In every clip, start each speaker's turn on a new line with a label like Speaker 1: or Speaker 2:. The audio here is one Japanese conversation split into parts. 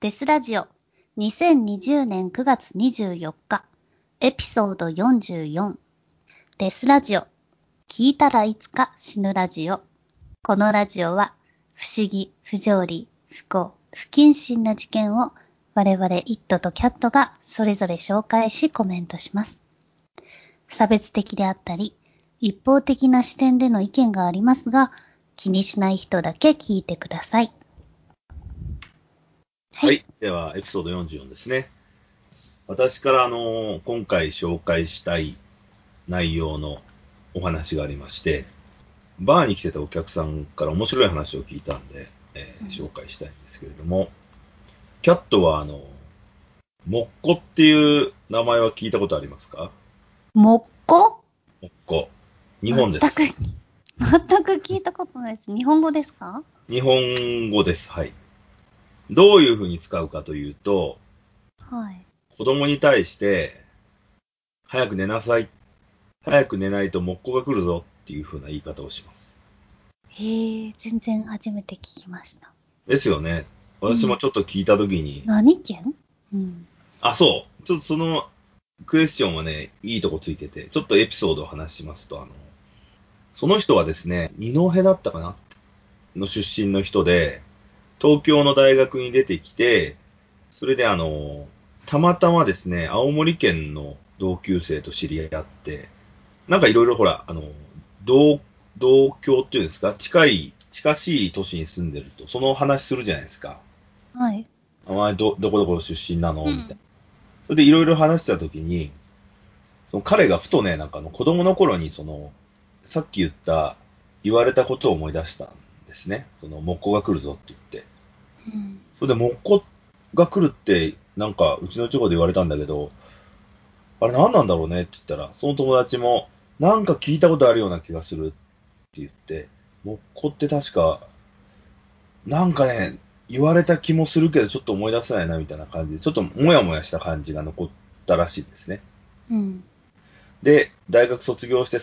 Speaker 1: デスラジオ2020年9月24日エピソード44デスラジオ聞いたらいつか死ぬラジオこのラジオは不思議、不条理、不幸、不謹慎な事件を我々イットとキャットがそれぞれ紹介しコメントします。差別的であったり一方的な視点での意見がありますが気にしない人だけ聞いてください。
Speaker 2: はい、では、エピソード44ですね。私から、あのー今回紹介したい内容のお話がありまして、バーに来てたお客さんから面白い話を聞いたんで、え
Speaker 1: う
Speaker 2: ー
Speaker 1: ん
Speaker 2: 紹介したいんですけれども、キャットは、あの、モッコっていう名前は聞いたことありますか
Speaker 1: もっこ
Speaker 2: モッコ。日本です。
Speaker 1: 全く、全く聞いたことないです。日本語ですか
Speaker 2: 日本語です。はい。どういうふうに使うかというと、
Speaker 1: はい。
Speaker 2: 子供に対して、早く寝なさい。早く寝ないともっこが来るぞっていう風な言い方をします。
Speaker 1: へえ、全然初めて聞きました。
Speaker 2: ですよね。私もちょっと聞いたときに、
Speaker 1: 何県うん。
Speaker 2: あ、そう。ちょっとそのクエスチョンはね、いいとこついてて、ちょっとエピソードを話しますと、あの、その人はですね、二戸だったかなの出身の人で、東京の大学に出てきて、それであの、たまたまですね、青森県の同級生と知り合って、なんかいろいろほら、あの、同、同郷っていうんですか、近い、近しい都市に住んでると、その話するじゃないですか。
Speaker 1: はい。
Speaker 2: お前ど、どこどこの出身なの
Speaker 1: う
Speaker 2: み
Speaker 1: ん
Speaker 2: たいな。それでいろいろ話してたときに、その彼がふとね、なんかあの子供の頃にその、さっき言った、言われたことを思い出したんですね。その、木工が来るぞって言って。
Speaker 1: うん。
Speaker 2: それで木工が来るって、なんかうちの地方で言われたんだけど、あれ何なんだろうねって言ったら、その友達も、なんか聞いたことあるような気がするって言って、木工って確か、なんかね、言われた気もするけど、ちょっと思い出せないなみたいな感じで、ちょっともやもやした感じが残ったらしいんですね。
Speaker 1: うん。
Speaker 2: で、大学卒業して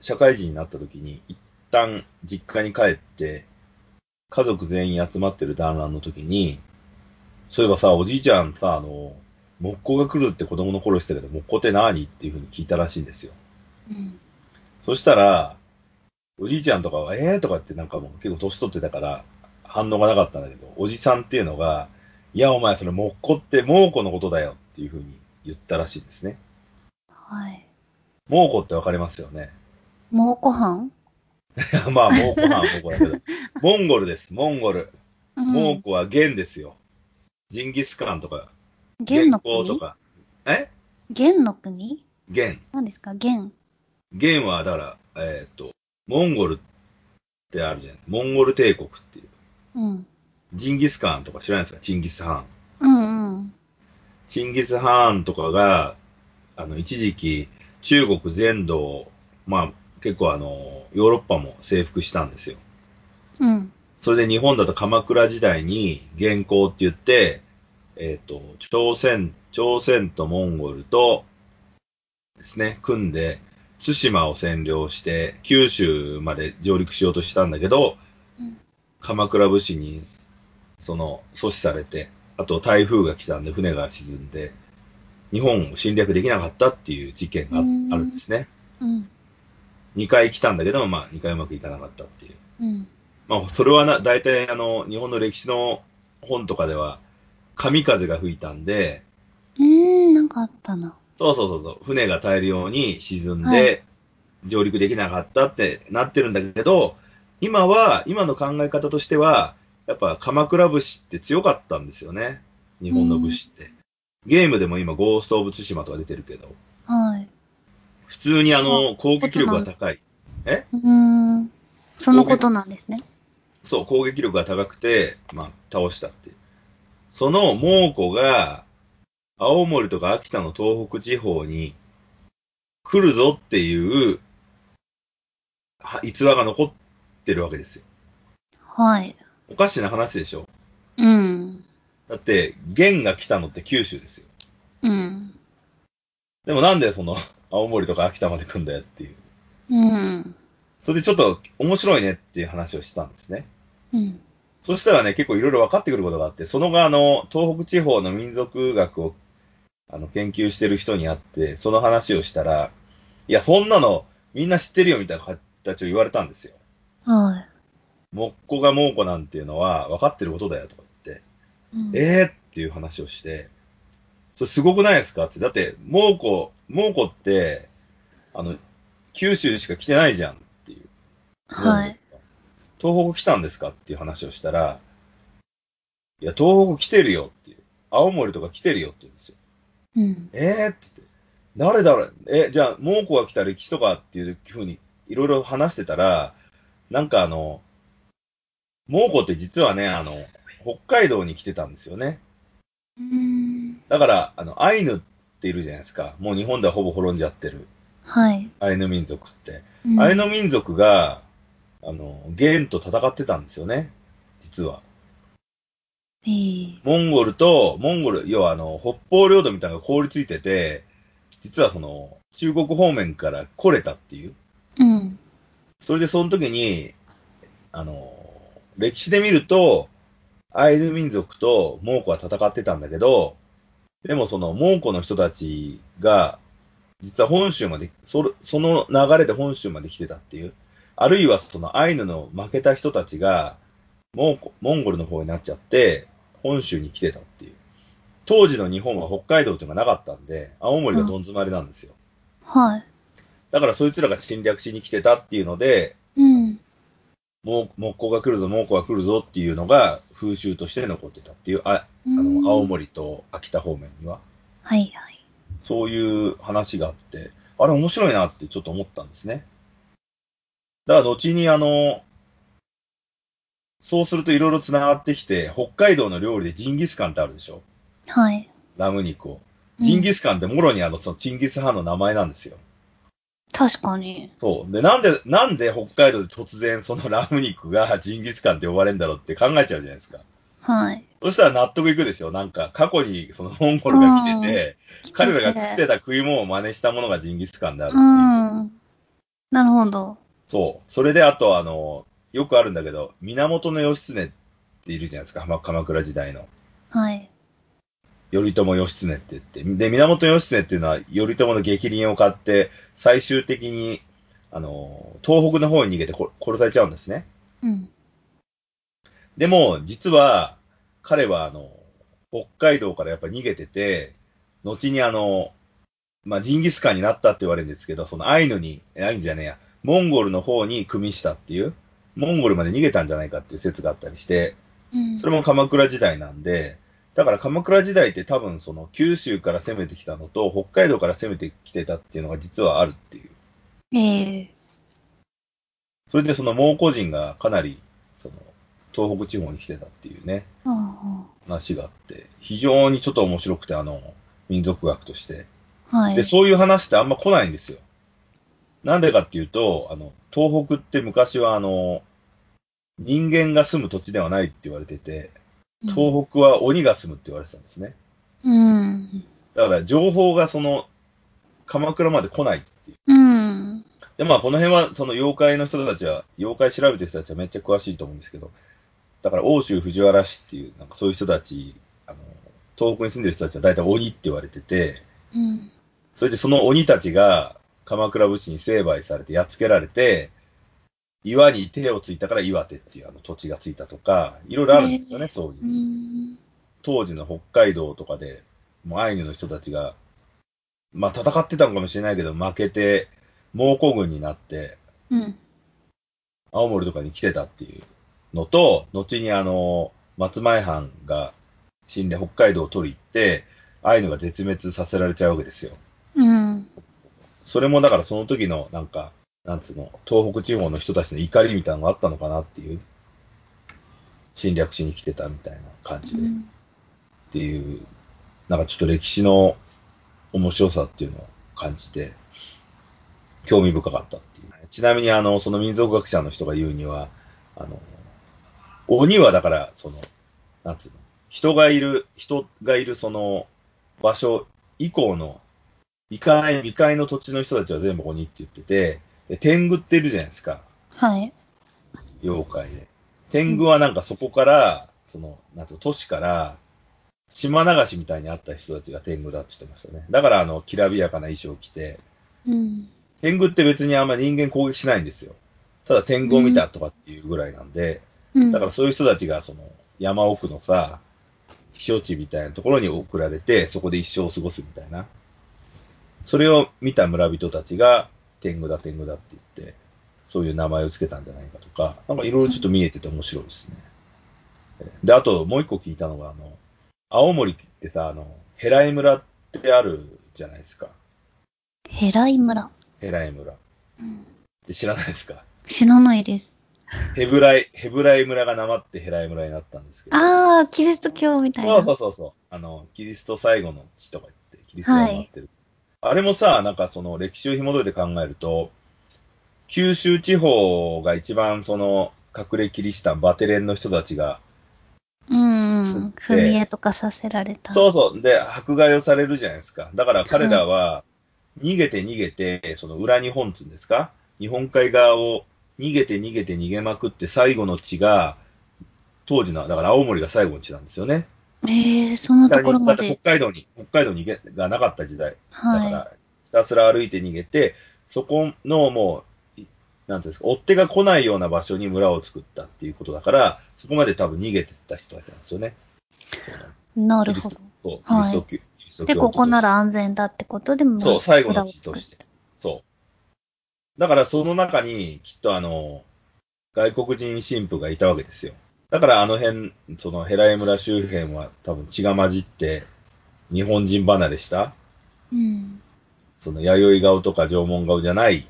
Speaker 2: 社会人になった時に、一旦実家に帰って、家族全員集まってる団らんの時に、そういえばさ、おじいちゃんさ、あの、木工が来るって子供の頃してたけど、木工って何っていうふうに聞いたらしいんですよ。
Speaker 1: うん。
Speaker 2: そしたら、おじいちゃんとかは、えーとかってなんかもう結構年取ってたから、反応がなかったんだけど、おじさんっていうのが、いや、お前、それ木工って猛虎のことだよっていうふうに言ったらしいですね。
Speaker 1: はい。
Speaker 2: 猛虎ってわかりますよね。
Speaker 1: もうご飯
Speaker 2: いや まあ、猛虎は猛虎だけど、 モンゴルです、モンゴル。
Speaker 1: うん
Speaker 2: 猛虎は元ですよ。ジンギスカンとか、
Speaker 1: 元の
Speaker 2: 元寇と
Speaker 1: 国
Speaker 2: か。え
Speaker 1: 元の国
Speaker 2: 元。
Speaker 1: 何ですか元。
Speaker 2: 元は、だから、えーっと、モンゴルってあるじゃないモンゴル帝国っていう。
Speaker 1: うん。
Speaker 2: ジンギスカンとか知らないですかチンギスハー
Speaker 1: う
Speaker 2: ン。
Speaker 1: んうん。
Speaker 2: チンギス・ハーンとかが、あの、一時期、中国全土を、まあ、結構あの、ヨーロッパも征服したんですよ。
Speaker 1: うん。
Speaker 2: それで日本だと鎌倉時代に、元寇って言って、えっ、と、朝鮮、朝鮮とモンゴルと、ですね、組んで、対馬を占領して、九州まで上陸しようとしたんだけど、
Speaker 1: うん
Speaker 2: 鎌倉武士に、その、阻止されて、あと台風が来たんで船が沈んで、日本を侵略できなかったっていう事件があるんですね。
Speaker 1: うん。
Speaker 2: 2回来たんだけど、まあ2回うまくいかなかったっていう。
Speaker 1: うん。
Speaker 2: まあそれはな、大体あの、日本の歴史の本とかでは、神風が吹いたんで、
Speaker 1: うーん、なんかあったな。
Speaker 2: そうそうそうそう、船が大量に沈んで、
Speaker 1: はい
Speaker 2: 上陸できなかったってなってるんだけど、今は、今の考え方としては、やっぱ鎌倉武士って強かったんですよね。日本の武士って。ゲームでも今、ゴースト・オブ・ツシマとか出てるけど、
Speaker 1: はい。
Speaker 2: 普通にあの、攻撃力が高い。
Speaker 1: うーん。そのことなんですね。
Speaker 2: そう、攻撃力が高くて、まあ、倒したっていう。その猛虎が、青森とか秋田の東北地方に来るぞっていう、は逸話が残ってるわけですよ。
Speaker 1: はい。
Speaker 2: おかしな話でしょ
Speaker 1: うん。
Speaker 2: だって、元が来たのって九州ですよ。
Speaker 1: うん。
Speaker 2: でもなんでその、青森とか秋田まで来んだよっていう。
Speaker 1: うん。
Speaker 2: それでちょっと面白いねっていう話をしてたんですね。
Speaker 1: うん。
Speaker 2: そしたらね、結構いろいろ分かってくることがあって、その後、あの、東北地方の民族学をあの研究してる人に会って、その話をしたら、いや、そんなのみんな知ってるよみたいな形を言われたんですよ。
Speaker 1: は
Speaker 2: 木工が猛虎なんていうのは分かってることだよとか言って、
Speaker 1: い。うん
Speaker 2: えーっていう話をして、それすごくないですかって。だって、猛虎、猛虎って、あの、九州しか来てないじゃんっていう。
Speaker 1: はい。。
Speaker 2: 東北来たんですかっていう話をしたら、いや、東北来てるよっていう。青森とか来てるよって言うんですよ。
Speaker 1: うん。
Speaker 2: えー、って言って、誰だろうえ、じゃあ、猛虎が来た歴史とかっていうふうにいろいろ話してたら、なんかあの、猛虎って実はね、あの、北海道に来てたんですよね。
Speaker 1: うん。
Speaker 2: だから、あの、アイヌっているじゃないですか。もう日本ではほぼ滅んじゃってる。
Speaker 1: はい。
Speaker 2: アイヌ民族って。
Speaker 1: うん
Speaker 2: アイヌ民族が、あの、ゲンと戦ってたんですよね。実は。
Speaker 1: ええ
Speaker 2: モンゴルと、モンゴル、要はあの、北方領土みたいなのが凍りついてて、実はその、中国方面から来れたっていう。
Speaker 1: うん。
Speaker 2: それでその時に、あの、歴史で見ると、アイヌ民族と蒙古は戦ってたんだけど、でもその蒙古の人たちが、実は本州まで、それその流れで本州まで来てたっていう。あるいはそのアイヌの負けた人たちが、モンゴモンゴルの方になっちゃって、本州に来てたっていう。当時の日本は北海道というのがなかったんで、青森がどん詰まりなんですよ。
Speaker 1: はい。
Speaker 2: だからそいつらが侵略しに来てたっていうので、
Speaker 1: うん。
Speaker 2: もう、木工が来るぞ、猛虎が来るぞっていうのが風習として残ってたっていう、あ
Speaker 1: あ
Speaker 2: あの青。森と秋田方面には、
Speaker 1: はいはい。
Speaker 2: そういう話があって、あれ面白いなってちょっと思ったんですね。だから後にあの、そうするといろいろ繋がってきて、北海道の料理でジンギスカンってあるでしょ
Speaker 1: はい。
Speaker 2: ラム肉を。ジンギ
Speaker 1: ス、
Speaker 2: スカンってもろにあの、そのチンギスハンの名前なんですよ。
Speaker 1: 確かに。
Speaker 2: そう。で、なんで、なんで北海道で突然そのラム肉がジンギスカンって呼ばれるんだろうって考えちゃうじゃないですか。
Speaker 1: はい。
Speaker 2: そしたら納得いくでしょ。なんか、過去にそのモンゴルが来てて、彼らが食ってた食い物を真似したものがジンギスカンである
Speaker 1: う
Speaker 2: っていう。
Speaker 1: ん。なるほど。
Speaker 2: そう。それで、あと、あの、よくあるんだけど、源義経っているじゃないですか。ま鎌倉時代の。
Speaker 1: はい。
Speaker 2: 頼朝義経って言って。で、源義経っていうのは、頼朝の逆鱗を買って、最終的に、あの、東北の方に逃げてこ殺されちゃうんですね。
Speaker 1: うん。
Speaker 2: でも、実は、彼は、あの、北海道からやっぱ逃げてて、後にあの、まあ、ジンギスカンになったって言われるんですけど、そのアイヌに、えアイヌじゃねえや、モンゴルの方に組みしたっていう、モンゴルまで逃げたんじゃないかっていう説があったりして、
Speaker 1: うん。
Speaker 2: それも鎌倉時代なんで、だから鎌倉時代って多分その九州から攻めてきたのと北海道から攻めてきてたっていうのが実はあるっていう。
Speaker 1: ええ
Speaker 2: それでその蒙古人がかなりその東北地方に来てたっていうね。
Speaker 1: あ
Speaker 2: 話があって、非常にちょっと面白くて、あの、民族学として。
Speaker 1: あはい。
Speaker 2: で、そういう話ってあんま来ないんですよ。なんでかっていうと、あの、東北って昔は、あの、人間が住む土地ではないって言われてて、東北は鬼が住むって言われてたんですね。
Speaker 1: うん。
Speaker 2: だから、情報がその、鎌倉まで来ないっていう。
Speaker 1: うん。
Speaker 2: で、まあ、この辺は、その妖怪の人たちは、妖怪調べてる人たちはめっちゃ詳しいと思うんですけど、だから、欧州藤原氏っていう、なんかそういう人たち、あの、東北に住んでる人たちは大体鬼って言われてて、
Speaker 1: うん。
Speaker 2: それでその鬼たちが鎌倉武士に成敗されてやっつけられて、岩に手をついたから岩手っていうあの土地がついたとか、いろいろあるんですよね、そういうう。
Speaker 1: ん。
Speaker 2: 当時の北海道とかで、もうアイヌの人たちが、まあ戦ってたのかもしれないけど、負けて、蒙古軍になって、
Speaker 1: うん。
Speaker 2: 青森とかに来てたっていうのと、後にあの、松前藩が死んで北海道を取り行って、アイヌが絶滅させられちゃうわけですよ。
Speaker 1: うん。
Speaker 2: それもだからその時のなんか、なんつうの、東北地方の人たちの怒りみたいなのがあったのかなっていう、侵略しに来てたみたいな感じで、っていう、なんかちょっと歴史の面白さっていうのを感じて、興味深かったっていう。ちなみにあの、その民族学者の人が言うには、あの、鬼はだから、その、なんつうの、人がいる、人がいるその場所以降の異界、異界の土地の人たちは全部鬼って言ってて、で天狗っているじゃないですか、
Speaker 1: はい。
Speaker 2: 妖怪で。天狗はなんかそこから、その、なんつうの都市から、島流しみたいにあった人たちが天狗だって言ってましたね。だから、あの、きらびやかな衣装を着て、
Speaker 1: うん。
Speaker 2: 天狗って別にあんま人間攻撃しないんですよ。ただ天狗を見たとかっていうぐらいなんで、
Speaker 1: うん。
Speaker 2: だからそういう人たちがその山奥のさ、避暑地みたいなところに送られて、そこで一生を過ごすみたいな。それを見た村人たちが、天狗だ天狗だって言って、そういう名前をつけたんじゃないかとか、なんかいろいろちょっと見えてて面白いですね。で、あともう一個聞いたのが、あの、青森ってさ、あの、ヘライ村ってあるじゃないですか。
Speaker 1: ヘライ村。
Speaker 2: ヘライ村。っ
Speaker 1: うん。
Speaker 2: て知らないですか。
Speaker 1: 知らないです。
Speaker 2: ヘブライ、ヘブライ村がなまってヘライ村になったんですけど。
Speaker 1: ああ、キリスト教みたいな。
Speaker 2: そうそうそうそう。あの、キリスト最後の地とか言って、キリストが回ってる。あれもさ、なんかその歴史を紐解いて考えると、九州地方が一番その隠れキリシタン、バテレンの人たちが、
Speaker 1: うんう
Speaker 2: 吸っ
Speaker 1: ん。
Speaker 2: て
Speaker 1: 踏み絵とかさせられた。
Speaker 2: そうそう、で、迫害をされるじゃないですか。だから彼らは、逃げて逃げて、その裏日本っつうんですか日本海側を逃げて逃げて逃げまくって、最後の地が、当時の、だから青森が最後の地なんですよね。
Speaker 1: ええそのところ
Speaker 2: だ
Speaker 1: ま
Speaker 2: って
Speaker 1: で。
Speaker 2: 北海道に、北海道に行けがなかった時代。だか
Speaker 1: は
Speaker 2: ら、ひたすら歩いて逃げて、そこのもう、いなんていうんですか、追っ手が来ないような場所に村を作ったっていうことだから、そこまで多分逃げてった人たちなんですよね。
Speaker 1: い。な
Speaker 2: な
Speaker 1: るほど。。
Speaker 2: そう、キリ
Speaker 1: はい
Speaker 2: スト教、キリスト教
Speaker 1: で、
Speaker 2: 徒
Speaker 1: ここなら安全だってことでも、。
Speaker 2: そう、最後の地としてて。そう。だからその中に、きっとあの、外国人神父がいたわけですよ。だからあの辺、そのヘライ村周辺は多分血が混じって、日本人離れした、
Speaker 1: うん。
Speaker 2: その弥生顔とか縄文顔じゃない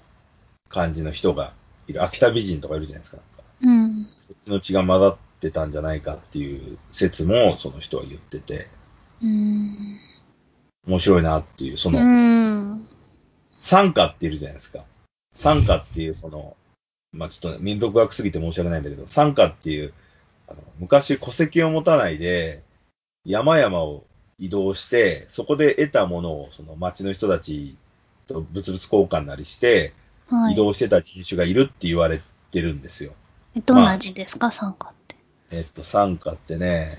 Speaker 2: 感じの人がいる。秋田美人とかいるじゃないですか。なんか
Speaker 1: うん。
Speaker 2: そっちの血が混ざってたんじゃないかっていう説もその人は言ってて、
Speaker 1: うん。
Speaker 2: 面白いなっていう、そうの、
Speaker 1: ん。
Speaker 2: 参加っているじゃないですか。参加っていう、その、まあ、ちょっと民族学すぎて申し訳ないんだけど、参加っていう、あの昔戸籍を持たないで、山々を移動して、そこで得たものを、その町の人たちと物々交換なりして、
Speaker 1: は
Speaker 2: 移
Speaker 1: い。
Speaker 2: 動してた人種がいるって言われてるんですよ。
Speaker 1: えどんな字ですか、参加って。
Speaker 2: えっと、参加ってね、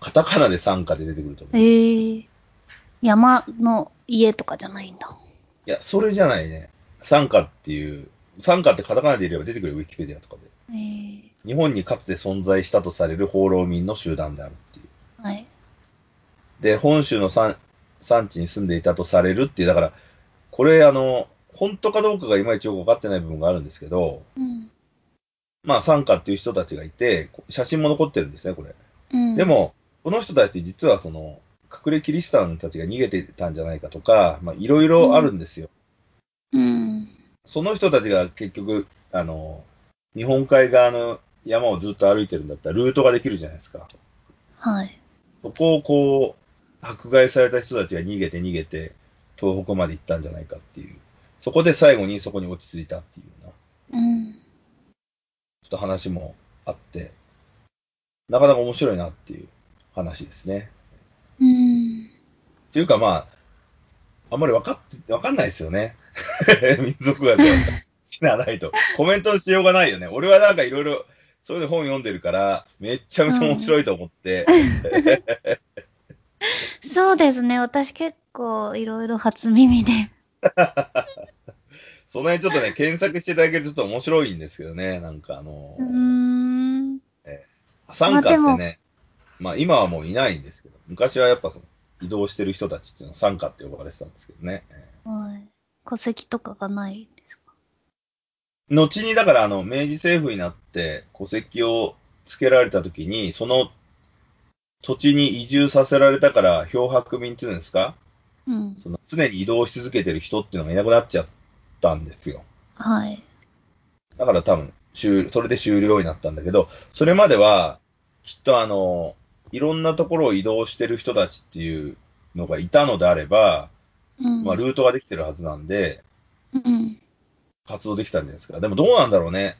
Speaker 2: カタカナで参加で出てくると思う。
Speaker 1: え
Speaker 2: い
Speaker 1: え山の家とかじゃないんだ。
Speaker 2: や、それじゃないね。参加っていう、参加ってカタカナで入れれば出てくるよウィキペディアとかで。
Speaker 1: ええ
Speaker 2: 日本にかつて存在したとされる放浪民の集団であるっていう。
Speaker 1: はい。
Speaker 2: で、本州の産産地に住んでいたとされるっていう、だから、これ、あの、本当かどうかがいまいちよく分かってない部分があるんですけど、
Speaker 1: うん。
Speaker 2: まあ、参加っていう人たちがいて、こ写真も残ってるんですね、これ。
Speaker 1: うん。
Speaker 2: で、も、この人たちって実はその、隠れキリシタンたちが逃げてたんじゃないかとか、まあ、いろいろあるんですよ。
Speaker 1: うん。
Speaker 2: その人たちが結局、あの、日本海側の山をずっと歩いてるんだったら、ルートができるじゃないですか。
Speaker 1: はい。
Speaker 2: そこをこう、迫害された人たちが逃げて逃げて、東北まで行ったんじゃないかっていう。そこで最後にそこに落ち着いたっていうような、ちょ
Speaker 1: うん。
Speaker 2: っと話もあって、なかなか面白いなっていう話ですね。
Speaker 1: うん。
Speaker 2: っていうかまあ、あんまり分かって、分かんないですよね。 民族学は 知らないと。コメントのしようがないよね。俺はなんかいろいろ、そういう本読んでるから、めっちゃめちゃ面白いと思って、
Speaker 1: そうですね。私結構いろいろ初耳で。
Speaker 2: その辺ちょっとね、検索していただけるとちょっと面白いんですけどね、なんかあの
Speaker 1: うーん。
Speaker 2: 参加って
Speaker 1: まあで
Speaker 2: ね、まあ今はもういないんですけど、昔はやっぱその移動してる人たちっていうのは参加って呼ばれてたんですけどね。
Speaker 1: はい。戸籍とかがない。
Speaker 2: 後にだからあの明治政府になって戸籍をつけられた時に、その土地に移住させられたから漂白民っていうんですか
Speaker 1: うん。
Speaker 2: その常に移動し続けてる人っていうのがいなくなっちゃったんですよ。
Speaker 1: はい。
Speaker 2: だから多分、終それで終了になったんだけど、それまでは、きっとあの、いろんなところを移動してる人たちっていうのがいたのであれば、
Speaker 1: うん。
Speaker 2: まあ、ルートができてるはずなんで、
Speaker 1: うん。
Speaker 2: 活動できたんじゃないですか。でもどうなんだろうね。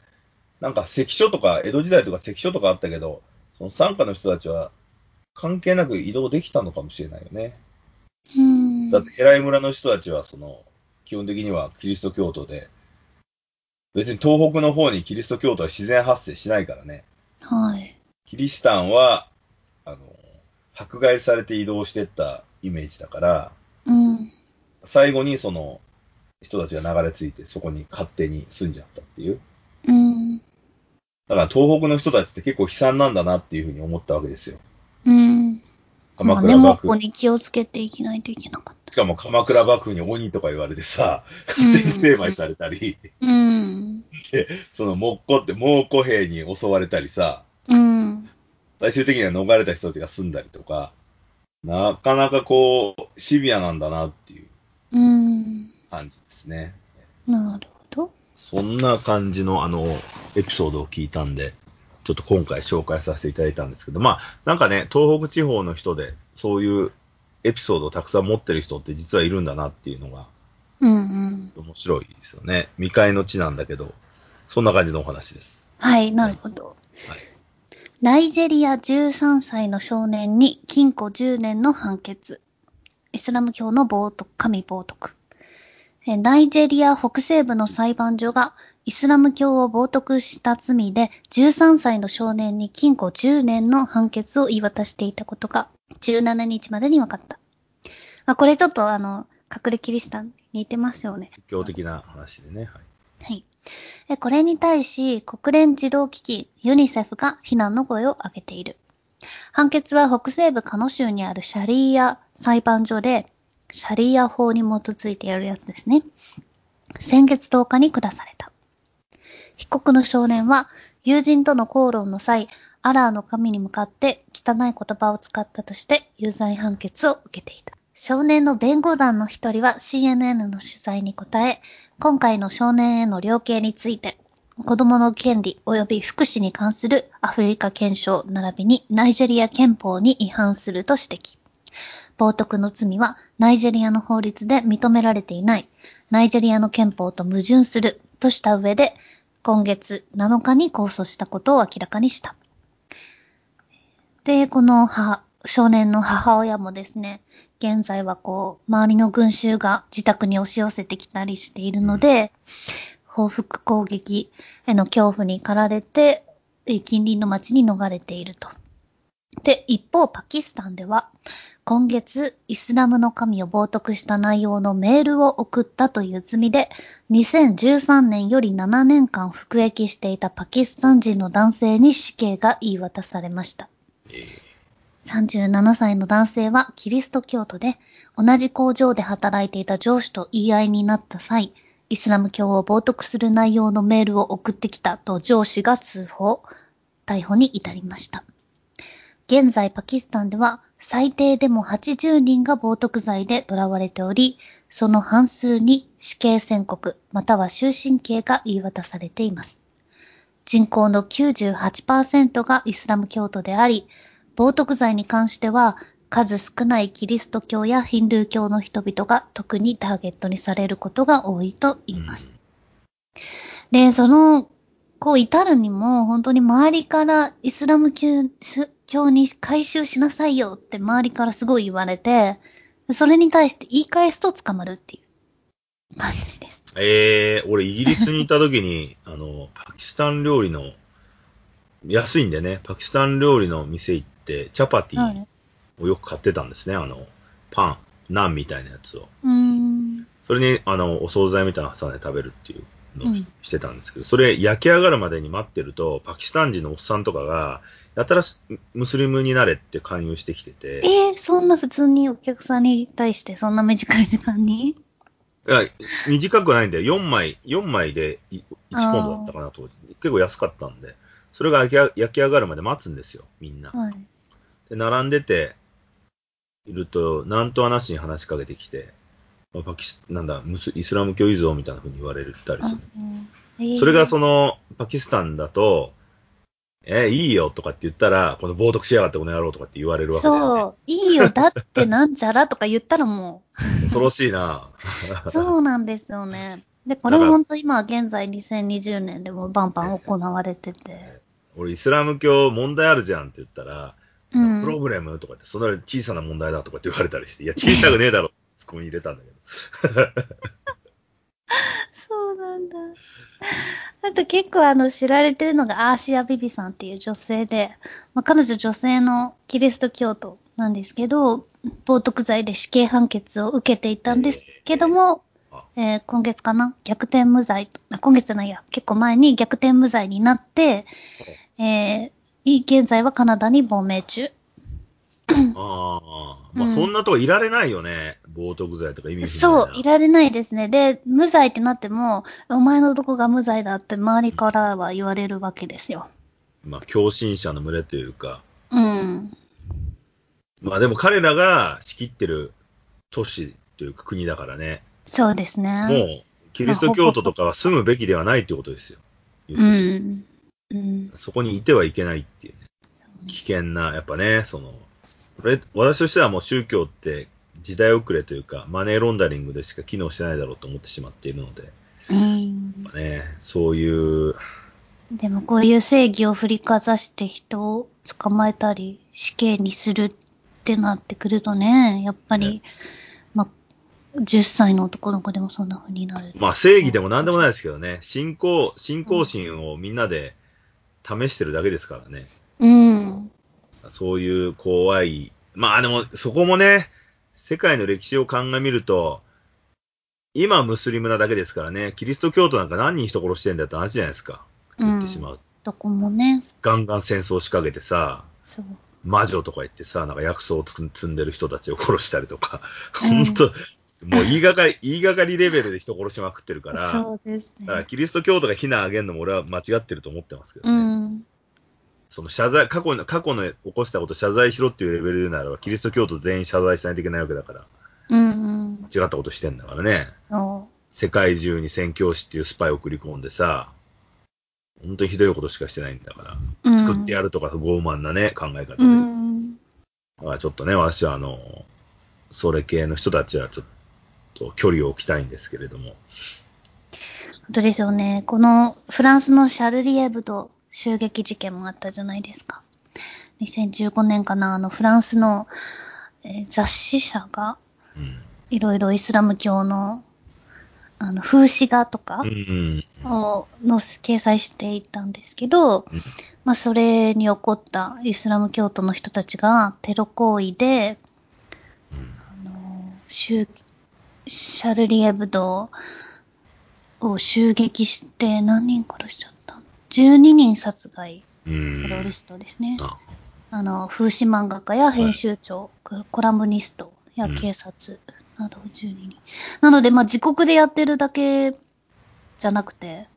Speaker 2: なんか関所とか、江戸時代とか関所とかあったけど、その傘下の人たちは関係なく移動できたのかもしれないよね。
Speaker 1: うん。
Speaker 2: だって、偉い村の人たちは、その、基本的にはキリスト教徒で、別に東北の方にキリスト教徒は自然発生しないからね。
Speaker 1: はい。
Speaker 2: キリシタンは、あの、迫害されて移動してったイメージだから、
Speaker 1: うん。
Speaker 2: 最後にその人たちが流れ着いて、そこに勝手に住んじゃったっていう。
Speaker 1: うん。
Speaker 2: だから東北の人たちって結構悲惨なんだなっていうふうに思ったわけですよ。
Speaker 1: うん。ま
Speaker 2: 鎌
Speaker 1: あね、
Speaker 2: 倉
Speaker 1: もう
Speaker 2: 幕
Speaker 1: こ
Speaker 2: 府
Speaker 1: こ。に気をつけていけないといけなかっ
Speaker 2: しかも鎌倉幕府に鬼とか言われてさ、
Speaker 1: うん
Speaker 2: 勝手に成敗されたり、
Speaker 1: た。うん。
Speaker 2: そのモッコって蒙古兵に襲われたりさ、
Speaker 1: うん。
Speaker 2: 最終的には逃れた人たちが住んだりとか、なかなかこう、シビアなんだなっていう
Speaker 1: うん。
Speaker 2: 感じですね。
Speaker 1: なるほど。
Speaker 2: そんな感じの、あの、エピソードを聞いたんで、ちょっと今回紹介させていただいたんですけど、まあ、なんかね、東北地方の人で、そういうエピソードをたくさん持ってる人って実はいるんだなっていうのが
Speaker 1: うんうん。
Speaker 2: 面白いですよね。未開の地なんだけど、そんな感じのお話です。
Speaker 1: はい、なるほど。
Speaker 2: はい。
Speaker 1: ナイジェリア13歳の少年に禁錮10年の判決。イスラム教の暴徒神暴徳。えーナイジェリア北西部の裁判所がイスラム教を冒涜した罪で13歳の少年に禁錮10年の判決を言い渡していたことが17日までに分かった。まあ、これちょっとあの、隠れキリシタンに似てますよね。
Speaker 2: 宗教的な話でね。はい。
Speaker 1: はい。えこれに対し、国連児童基金、ユニセフが非難の声を上げている。判決は北西部カノ州にあるシャリーア裁判所で、シャリーア法に基づいてやるやつですね。先月10日に下された。被告の少年は、友人との口論の際、アラーの神に向かって汚い言葉を使ったとして有罪判決を受けていた。少年の弁護団の一人は CNN の取材に答え、今回の少年への量刑について、子供の権利及び福祉に関するアフリカ憲章並びにナイジェリア憲法に違反すると指摘。冒涜の罪はナイジェリアの法律で認められていない、ナイジェリアの憲法と矛盾するとした上で、今月7日に控訴したことを明らかにした。で、この母、少年の母親もですね、現在はこう、周りの群衆が自宅に押し寄せてきたりしているので、報復攻撃への恐怖に駆られて、え近隣の町に逃れていると。で、一方、パキスタンでは、今月、イスラムの神を冒涜した内容のメールを送ったという罪で、2013年より7年間服役していたパキスタン人の男性に死刑が言い渡されました。
Speaker 2: え
Speaker 1: 37歳の男性はキリスト教徒で、同じ工場で働いていた上司と言い合いになった際、イスラム教を冒涜する内容のメールを送ってきたと上司が通報、逮捕に至りました。現在パキスタンでは最低でも80人が冒涜罪で囚われており、その半数に死刑宣告または終身刑が言い渡されています。人口の98%がイスラム教徒であり、冒涜罪に関しては、数少ないキリスト教やヒンドゥー教の人々が特にターゲットにされることが多いと言います。で、その、こう至るにも、本当に周りからイスラム教教に改宗しなさいよって周りからすごい言われて、それに対して言い返すと捕まるっていう感じです。
Speaker 2: えー俺、イギリスにいた時に、 あの、パキスタン料理の、安いんでね、パキスタン料理の店行って、チャパテ
Speaker 1: は
Speaker 2: ィ
Speaker 1: い。
Speaker 2: をよく買ってたんですね、あの、パン、ナンみたいなやつを。
Speaker 1: うーん。
Speaker 2: それに、あの、お惣菜みたいなの挟んで食べるっていうの
Speaker 1: う
Speaker 2: を
Speaker 1: ん
Speaker 2: してたんですけど、それ焼き上がるまでに待ってると、パキスタン人のおっさんとかが、やたらしムスリムになれって勧誘してきてて、
Speaker 1: えー、そんな普通にお客さんに対してそんな短い時間に
Speaker 2: いや短くないんで、4枚、4枚で1ポンドだったかなと、結構安かったんで、それが焼きあ焼き上がるまで待つんですよ、みんな。
Speaker 1: はい。
Speaker 2: で、並んでて、いると、なんと話に話しかけてきて、まあパキス、なんだ、ムスイスラム教いいぞみたいな風に言われたりする。
Speaker 1: うん
Speaker 2: それがその、パキスタンだと、えいいよとかって言ったら、この冒涜しやがってこの野郎とかって言われるわけだよね
Speaker 1: そう、いいよ、だってなんちゃらとか言ったらも
Speaker 2: 恐ろしいな。
Speaker 1: う、そうなんですよね。で、これ
Speaker 2: だから
Speaker 1: 本当今現在2020年でもバンバン行われてて。
Speaker 2: 俺、イスラム教問題あるじゃんって言ったら、
Speaker 1: うん
Speaker 2: プログラムとかって、そんな小さな問題だとかって言われたりして、いや、小さくねえだろ、ツッコミ入れたんだけど。
Speaker 1: そうなんだ。ると結構あの知られてるのがアーシア・ビビさんっていう女性で、まあ、彼女女性のキリスト教徒なんですけど、冒涜罪で死刑判決を受けていたんですけども、えー今月かな逆転無罪、あ今月じゃないや、結構前に逆転無罪になって、えー現在はカナダに亡命中。
Speaker 2: ああ、
Speaker 1: う
Speaker 2: まあ
Speaker 1: ん
Speaker 2: そんなとこいられないよね。冒涜罪とか意味不明
Speaker 1: そ
Speaker 2: な
Speaker 1: う、いられないですね。で、無罪ってなっても、お前のとこが無罪だって周りからは言われるわけですよ。
Speaker 2: まあ共振者の群れというか。
Speaker 1: うん。
Speaker 2: まあでも彼らが仕切ってる都市というか国だからね。
Speaker 1: そうですね。
Speaker 2: もう、キリスト教徒とかは住むべきではないということですよ。言
Speaker 1: う
Speaker 2: ってしま
Speaker 1: ん。うん
Speaker 2: う。そこにいてはいけないっていう、ね、危険な、やっぱね、その、俺私としてはもう宗教って時代遅れというか、マネーロンダリングでしか機能してないだろうと思ってしまっているので、
Speaker 1: うん
Speaker 2: やっぱね、そういう、
Speaker 1: でもこういう正義を振りかざして人を捕まえたり死刑にするってなってくるとね、やっぱり、まあ、10歳の男の子でもそんな風になる。
Speaker 2: まあ正義でも何でもないですけどね、信仰、信仰心をみんなで試してるだけですからね。
Speaker 1: うん。
Speaker 2: そういう怖い。まあでも、そこもね、世界の歴史を鑑みると、今ムスリムなだけですからね、キリスト教徒なんか何人人殺してんだって話じゃないですか。言ってしまう。
Speaker 1: どこもね、
Speaker 2: ガンガン戦争仕掛けてさ、
Speaker 1: そう。
Speaker 2: 魔女とか言ってさ、なんか薬草をつく積んでる人たちを殺したりとか、
Speaker 1: うん
Speaker 2: 本当、もう言いがかり、言いがかりレベルで人殺しまくってるから、
Speaker 1: そうです
Speaker 2: だから
Speaker 1: ね。
Speaker 2: キリスト教徒が非難あげるのも俺は間違ってると思ってますけど
Speaker 1: う
Speaker 2: ね。
Speaker 1: ん。
Speaker 2: その謝罪、過去の、過去の起こしたことを謝罪しろっていうレベルならば、キリスト教徒全員謝罪しないといけないわけだから、
Speaker 1: うんうん。
Speaker 2: 違ったことしてんだからね。
Speaker 1: そ
Speaker 2: 世界中に宣教師っていうスパイを送り込んでさ、本当にひどいことしかしてないんだか
Speaker 1: う。う
Speaker 2: ら、
Speaker 1: ん
Speaker 2: 救ってやるとか傲慢なね、考え方で。
Speaker 1: うん。
Speaker 2: だからちょっとね、私はあの、それ系の人たちはちょっと距離を置きたいんですけれども。
Speaker 1: 本当ですよね。このフランスのシャルリエブド襲撃事件もあったじゃないですか。2015年かな、あのフランスの、えー雑誌社が
Speaker 2: うん。
Speaker 1: いろいろイスラム教のあの風刺画とか
Speaker 2: うん。
Speaker 1: をの掲載していたんですけど、
Speaker 2: うん
Speaker 1: まあ、それに起こったイスラム教徒の人たちがテロ行為で
Speaker 2: うん
Speaker 1: あの襲シャルリエブドを襲撃して何人殺しちゃったの ?12 人殺害、
Speaker 2: うん。
Speaker 1: テロリストですね。
Speaker 2: あ
Speaker 1: あの、風刺漫画家や編集長、ココラムニストや
Speaker 2: うん
Speaker 1: 警察など12人。なので、まあ、自国でやってるだけじゃなくて、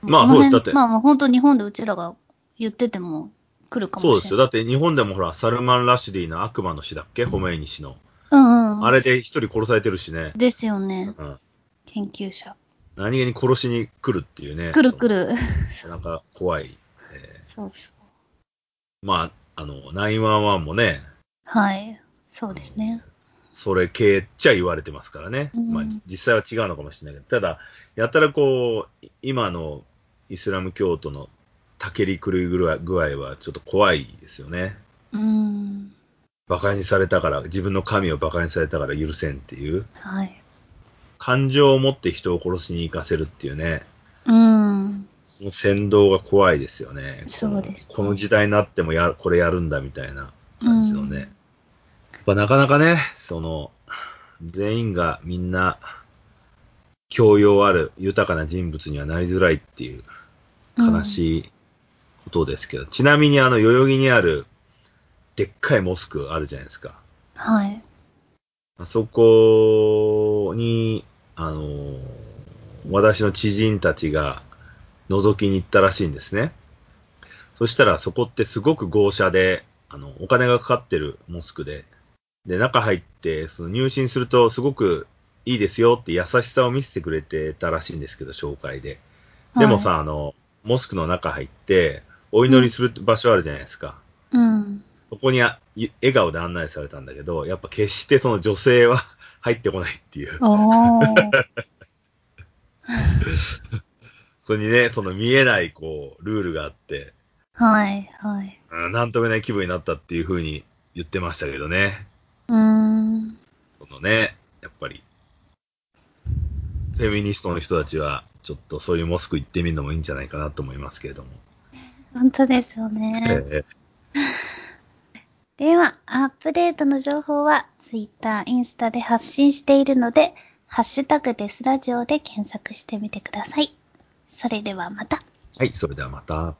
Speaker 2: まあ
Speaker 1: この
Speaker 2: そうです
Speaker 1: 辺
Speaker 2: だって
Speaker 1: まあ、もう本当日本でうちらが言ってても来るか
Speaker 2: そう
Speaker 1: も
Speaker 2: で
Speaker 1: し
Speaker 2: す
Speaker 1: れな
Speaker 2: よ。
Speaker 1: い。
Speaker 2: だって日本でもほら、サルマン・ラシュディの悪魔の死だっけホメイニ氏の。
Speaker 1: うんうん。
Speaker 2: あれで一人殺されてるしね。
Speaker 1: ですよね。
Speaker 2: うん。
Speaker 1: 研究者。
Speaker 2: 何気に殺しに来るっていうね。
Speaker 1: くるくる。
Speaker 2: その。なんか怖い。えー
Speaker 1: そうそう。
Speaker 2: まあ、あの、911もね、
Speaker 1: はい。そうですね。
Speaker 2: それ系っちゃ言われてますからね。
Speaker 1: うん
Speaker 2: まあ、じ実際は違うのかもしれないけど、ただ、やたらこう、い今のイスラム教徒のたけり狂い具合具合はちょっと怖いですよね。
Speaker 1: うん。
Speaker 2: 馬鹿にされたから、自分の神を馬鹿にされたから許せんっていう。
Speaker 1: はい。
Speaker 2: 感情を持って人を殺しに行かせるっていうね、
Speaker 1: うん。
Speaker 2: その先導が怖いですよね。
Speaker 1: そうです
Speaker 2: このこの時代になってもや、これやるんだみたいな感じのね。まあなかなかね、その、全員がみんな、教養ある豊かな人物にはなりづらいっていう
Speaker 1: うん
Speaker 2: 悲しいことですけど、ちなみにあの、代々木にある、でっかいモスクあるじゃないですか。
Speaker 1: はい。
Speaker 2: あそこに、あのー私の知人たちが覗きに行ったらしいんですね。そしたらそこってすごく豪奢で、あの、お金がかかってるモスクで、で、中入って、その入信するとすごくいいですよって優しさを見せてくれてたらしいんですけど、紹介で。でもさ、あの、モスクの中入って、お祈りする場所あるじゃないですか。
Speaker 1: はい、うん。
Speaker 2: そこにあい笑顔で案内されたんだけど、やっぱ決してその女性は 入ってこないっていう。
Speaker 1: お ー
Speaker 2: それにね、その見えないこう、ルールがあって、
Speaker 1: はい、はい。
Speaker 2: うん、なんとも言えない気分になったっていう風に言ってましたけどね。
Speaker 1: うーん。
Speaker 2: そのね、やっぱり、フェミニストの人たちは、ちょっとそういうモスク行ってみるのもいいんじゃないかなと思いますけれども。
Speaker 1: 本当ですよね。
Speaker 2: え
Speaker 1: では、アップデートの情報は Twitter、インスタで発信しているので、ハッシュタグデスラジオで検索してみてください。それではまた。
Speaker 2: ーはい、それではまた。